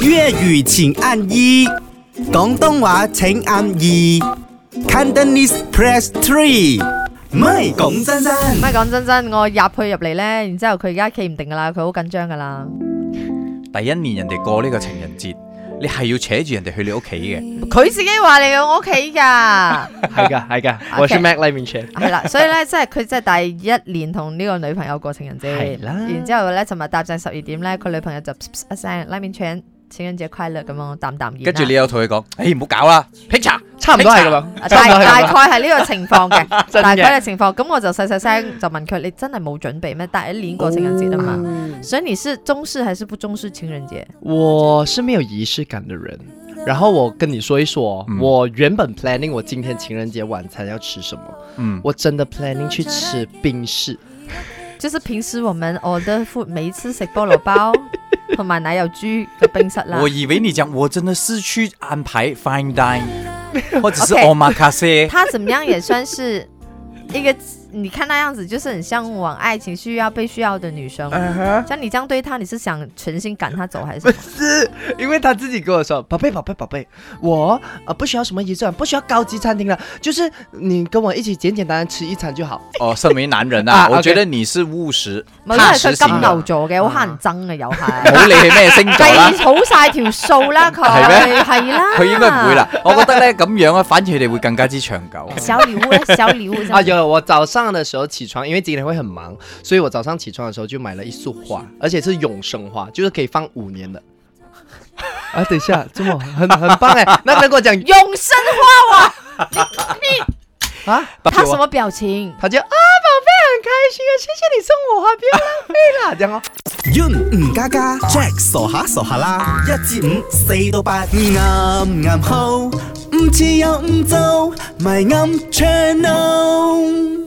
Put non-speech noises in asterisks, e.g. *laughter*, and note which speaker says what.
Speaker 1: 粤语请按一，广东话请按二，Cantonese press three。唔係講真真，
Speaker 2: 唔係講真真，我入去入嚟咧，然之後佢而家企唔定噶啦，佢好緊張噶啦。
Speaker 3: 第一年人哋過呢個情人節，你係要扯住人哋去你屋企嘅，
Speaker 4: 嗯
Speaker 2: 佢自己話嚟我屋企噶，
Speaker 4: 系噶系噶，我是 Mac 黎明全。
Speaker 2: *laughs* 係啦，所以咧，即係佢即係第一年同呢個女朋友過情人節。
Speaker 4: 係啦
Speaker 2: 然之後咧，尋日搭正十二點咧，佢女朋友就一聲拉面請情人節快樂咁樣，我淡淡然啦。
Speaker 3: 跟住你又同佢講：，誒唔好搞啊啦，劈茶。
Speaker 4: 差唔多係咁樣，
Speaker 2: 啊
Speaker 4: 差
Speaker 2: 大
Speaker 4: 唔多係
Speaker 2: 大
Speaker 4: 咁樣。
Speaker 2: 概係呢個情況嘅，
Speaker 4: *laughs* 真
Speaker 2: 大
Speaker 4: 嘅
Speaker 2: 概嘅情況。咁我就細細聲就問佢：你真係冇準備咩？第一年過情人節啊嘛。
Speaker 4: 嗯
Speaker 2: 所以你是中式還是不中式情人節？
Speaker 4: 我是没有仪式感的人。然后我跟你说一说，
Speaker 3: 嗯
Speaker 4: 我原本 planning 我今天情人节晚餐要吃什么，
Speaker 3: 嗯，
Speaker 4: 我真的 planning 去吃冰室。
Speaker 2: 就是平時我們 order food，每一次食菠蘿包同埋奶油豬嘅冰室啦
Speaker 3: 我。以為你講我真的是去安排 fine dine，
Speaker 2: *laughs*
Speaker 3: 或者是
Speaker 2: OK
Speaker 3: omakase。
Speaker 2: *laughs* 他怎麼樣也算是一個，你看那樣子就是很向往愛情、需要被需要的女生。
Speaker 3: 啊
Speaker 2: 像你這樣對他，你是想存心趕他
Speaker 3: *laughs*
Speaker 2: 走還是什麼？
Speaker 4: 是 *laughs* 因为他自己跟我说：“宝贝，宝贝，宝贝，我呃不需要什么仪式感，不需要高级餐厅了，就是你跟我一起简简单单吃一餐就好。
Speaker 3: 哦，身為男人
Speaker 4: 啊
Speaker 3: 啊，
Speaker 4: ，OK
Speaker 3: 我覺得你是務實、
Speaker 2: 唔係因
Speaker 3: 踏
Speaker 2: 為
Speaker 3: 實
Speaker 2: 佢
Speaker 3: 型
Speaker 2: 金
Speaker 3: 嘅，
Speaker 2: 牛哎座
Speaker 3: 啊
Speaker 2: 嘅，好乞人憎啊嘅又係。
Speaker 3: 唔好理佢咩星
Speaker 2: *laughs*
Speaker 3: 座啦
Speaker 2: 計。好晒條數啦，佢
Speaker 3: 係咩
Speaker 2: 係啦，
Speaker 3: 佢應該唔會啦。我覺得咧咁樣啊，反而佢哋會更加之長久。啊
Speaker 2: 小禮物啦，小禮物
Speaker 3: *laughs*
Speaker 4: 啊，
Speaker 3: 哎
Speaker 4: 有了我早上的时候起床，因为今天会很忙，所以我早上起床的时候就买了一束花，而且是永生花，就是可以放五年的。啊，等一 *laughs* 下，这么很很棒哎！ *laughs* 那跟我讲
Speaker 2: 永生
Speaker 4: 啊，
Speaker 2: 花，他什么表情？
Speaker 4: 他就啊，宝贝很开心啊，谢谢你送我花，不要浪费啦，这样哦。
Speaker 1: Yun 吳家家，Jack 傻下傻下啦，一至五，四到八，啱啱好，唔似又唔做，咪啱 channel。